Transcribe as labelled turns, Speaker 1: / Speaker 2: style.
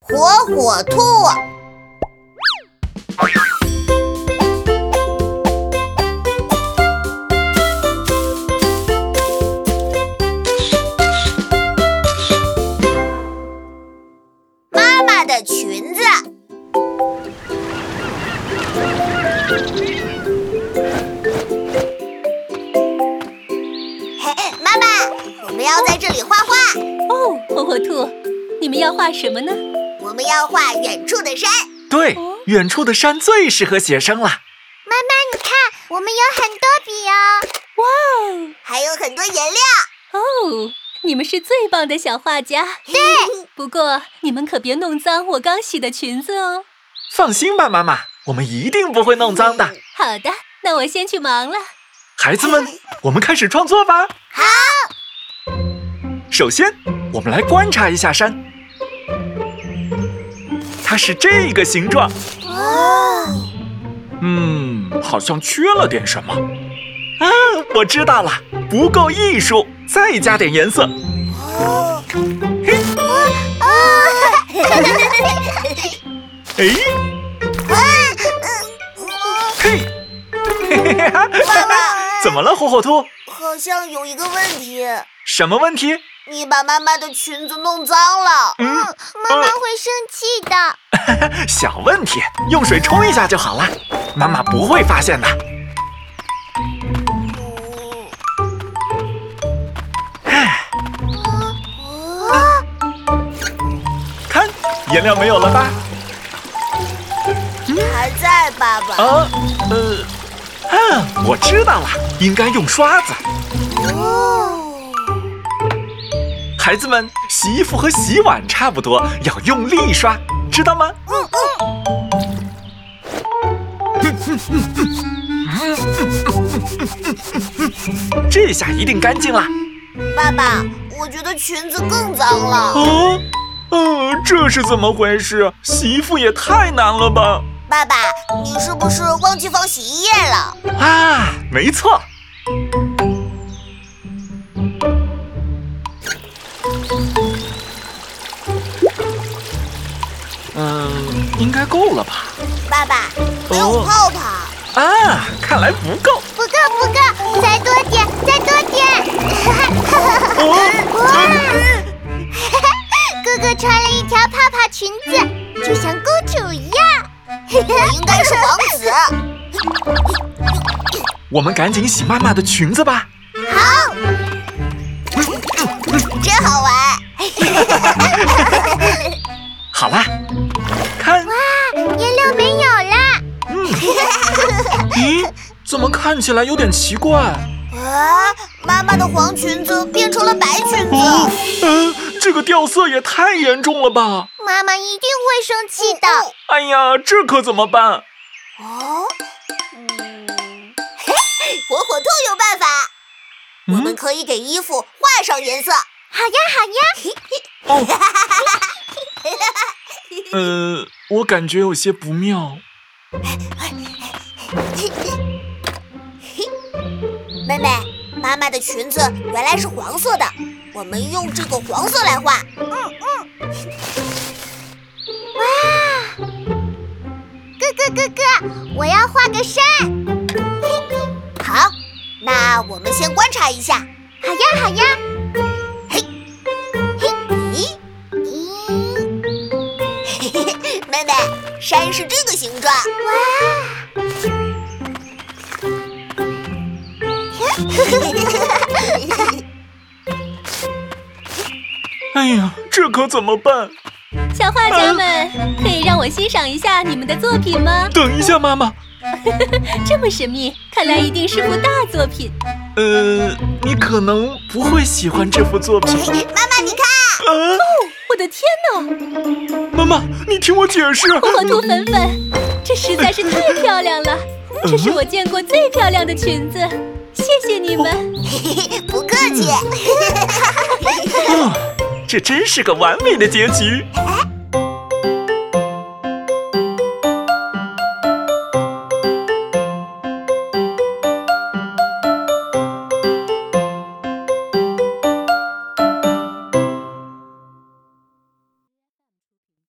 Speaker 1: 火火兔。妈妈的裙子，嘿嘿妈妈，我们要在这里画画。
Speaker 2: 哦，火火兔，你们要画什么呢？
Speaker 1: 我们要画远处的山。
Speaker 3: 对
Speaker 2: 哦，
Speaker 3: 远处的山最适合写生了。
Speaker 1: 妈妈，你看，我们有很多笔哦，
Speaker 2: 哇
Speaker 1: 还有很多颜料。
Speaker 2: 哦，哦，你们是最棒的小画家。
Speaker 1: 对，
Speaker 2: 不过你们可别弄脏我刚洗的裙子哦。
Speaker 3: 放心吧，妈妈，我们一定不会弄脏
Speaker 1: 嗯
Speaker 3: 的。
Speaker 2: 好的，那我先去忙了。
Speaker 3: 孩子们，我们开始创作吧。
Speaker 1: 好。
Speaker 3: 首先，我们来观察一下山，它是这个形状。
Speaker 1: 哦，
Speaker 3: 嗯，好像缺了点什么。啊，我知道了，不够艺术，再加点颜色。
Speaker 1: 哦，
Speaker 3: 哎，嘿， 嘿嘿嘿哈，
Speaker 1: 妈妈，
Speaker 3: 怎么了，火火兔？
Speaker 1: 好像有一个问题，
Speaker 3: 什么问题？
Speaker 1: 你把妈妈的裙子弄脏了。
Speaker 3: 嗯
Speaker 1: 妈妈会生气的。
Speaker 3: 小问题，用水冲一下就好了，妈妈不会发现的。
Speaker 1: 哦
Speaker 3: 看，颜料没有了吧？
Speaker 1: 还在，爸爸。
Speaker 3: 啊，呃，啊，我知道了，应该用刷子。
Speaker 1: 哦，
Speaker 3: 孩子们，洗衣服和洗碗差不多，要用力刷，知道吗？
Speaker 1: 嗯嗯，
Speaker 3: 这下一定干净了。
Speaker 1: 爸爸，我觉得裙子更脏了。
Speaker 3: 哦，呃，这是怎么回事？洗衣服也太难了吧！
Speaker 1: 爸爸，你是不是忘记放洗衣液了？
Speaker 3: 啊，没错。嗯，应该够了吧？
Speaker 1: 爸爸，没有
Speaker 3: 哦
Speaker 1: 泡泡。
Speaker 3: 啊，看来不够。
Speaker 1: 不够不够，再多点，再多点。
Speaker 3: 哦，
Speaker 1: 哥哥穿了一条泡泡裙子，就像公主一样。我应该是王 子。
Speaker 3: 我们赶紧洗妈妈的裙子吧。嗯
Speaker 1: 好，真好玩。
Speaker 3: 好啦，看，
Speaker 1: 颜料没有啦。
Speaker 3: 嗯，咦，怎么看起来有点奇怪？
Speaker 1: 啊，妈妈的黄裙子变成了白裙
Speaker 3: 哦
Speaker 1: 子，，
Speaker 3: 呃，这个掉色也太严重了吧！
Speaker 1: 妈妈一定会生气的。
Speaker 3: 哎呀，这可怎么办？
Speaker 1: 哦，嗯， 嘿，火火兔有办法，我们
Speaker 3: 嗯，
Speaker 1: 可以给衣服画上颜色。好呀，好呀。
Speaker 3: 哦，呃，我感觉有些不妙。
Speaker 1: 妹妹，妈妈的裙子原来是黄色的，我们用这个黄色来画。嗯嗯。哇！哥哥哥哥，我要画个山。好，那我们先观察一下。好呀好呀。嘿，嘿，咦， 咦，嘿嘿嘿，妹妹，山是这个形状。
Speaker 3: 哎呀，这可怎么办？
Speaker 2: 小画家们，可以让我欣赏一下你们的作品吗？
Speaker 3: 等一下，妈妈，
Speaker 2: 这么神秘，看来一定是幅大作品。
Speaker 3: 呃，你可能不会喜欢这幅 作品。
Speaker 1: 妈妈，你看。
Speaker 3: 呃，
Speaker 2: 我的天哪，
Speaker 3: 妈妈，你听我解释。
Speaker 2: 火火兔粉粉，这实在是太漂亮了，这是我见过最漂亮的裙子。谢谢你们，
Speaker 1: 不客气。
Speaker 3: 啊，这真是个完美的结局。